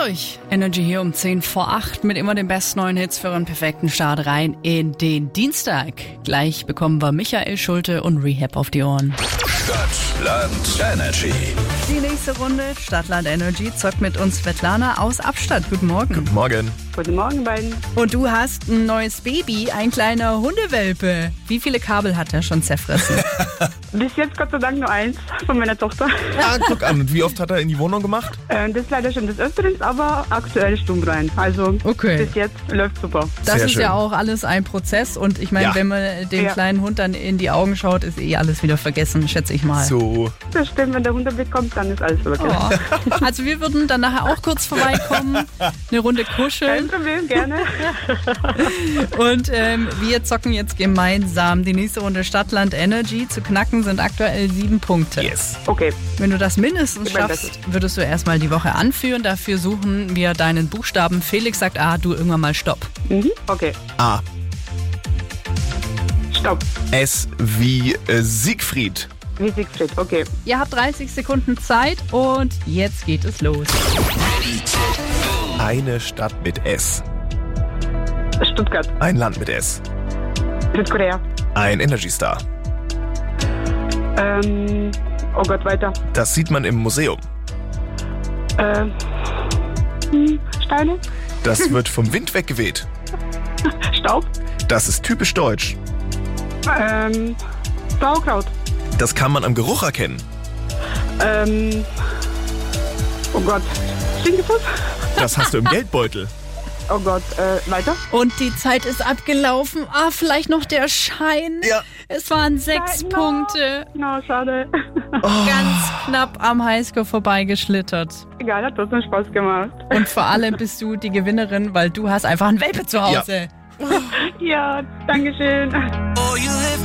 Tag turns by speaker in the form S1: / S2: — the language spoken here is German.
S1: euch. Energy hier um 10 vor 8 mit immer den besten neuen Hits für einen perfekten Start rein in den Dienstag. Gleich bekommen wir Michael Schulte und Rehab auf die Ohren.
S2: Stadtland Energy.
S1: Die nächste Runde Stadtland Energy zockt mit uns Svetlana aus Abstadt. Guten Morgen.
S2: Morgen.
S3: Guten Morgen, beiden.
S1: Und du hast ein neues Baby, ein kleiner Hundewelpe. Wie viele Kabel hat er schon zerfressen?
S3: Bis jetzt Gott sei Dank nur eins von meiner Tochter.
S2: Ah, guck an. Und Wie oft hat er in die Wohnung gemacht?
S3: Äh, das ist leider schon des Öfteren, aber aktuell stummrein. Also
S1: Okay.
S3: bis jetzt läuft super.
S1: Das
S2: Sehr
S1: ist
S2: schön.
S1: ja auch alles ein Prozess und ich meine,
S2: Ja.
S1: wenn man dem
S3: Ja.
S1: kleinen Hund dann in die Augen schaut, ist eh alles wieder vergessen, schätze ich mal.
S2: So.
S3: Das stimmt, wenn der Hundeblick kommt, dann ist alles wirklich.
S1: Ja. Also wir würden dann nachher auch kurz vorbeikommen, eine Runde
S3: Kein
S1: kuscheln
S3: Problem, gerne.
S1: und ähm, wir zocken jetzt gemeinsam die nächste Runde Stadtland Energy. Zu knacken sind aktuell sieben Punkte.
S2: Yes.
S3: Okay,
S1: Wenn du das mindestens
S3: Ich mein
S1: schaffst,
S3: Bestes.
S1: würdest du erstmal die Woche anführen. Dafür suchen wir deinen Buchstaben. Felix sagt A, du irgendwann mal Stopp.
S3: mhm. okay.
S2: A.
S3: Stopp.
S2: S wie äh, Siegfried.
S3: Wie Siegfried, okay.
S1: Ihr habt 30 Sekunden Zeit und jetzt geht es los.
S2: Eine Stadt mit S.
S3: Stuttgart,
S2: Ein Land mit S.
S3: Südkorea.
S2: Ein Energy Star.
S3: Ähm, oh Gott, weiter.
S2: Das sieht man im Museum.
S3: Ähm, hm, Steine,
S2: Das wird vom Wind weggeweht.
S3: Staub,
S2: Das ist typisch deutsch.
S3: ähm, Sauerkraut.
S2: Das kann man am Geruch erkennen.
S3: Ähm, oh Gott, Stinkefuß.
S2: Das hast du im Geldbeutel.
S3: Oh Gott, äh, weiter.
S1: Und die Zeit ist abgelaufen. Ah, vielleicht noch der Schein.
S2: Ja.
S1: Es waren sechs
S3: Nein, no.
S1: Punkte.
S3: Na, Genau, schade.
S1: Ganz knapp am Highscore vorbeigeschlittert.
S3: Egal, hat trotzdem Spaß gemacht.
S1: Und vor allem bist du die Gewinnerin, weil du hast einfach einen Welpe zu Hause.
S3: Ja, Dankeschön.
S4: All you live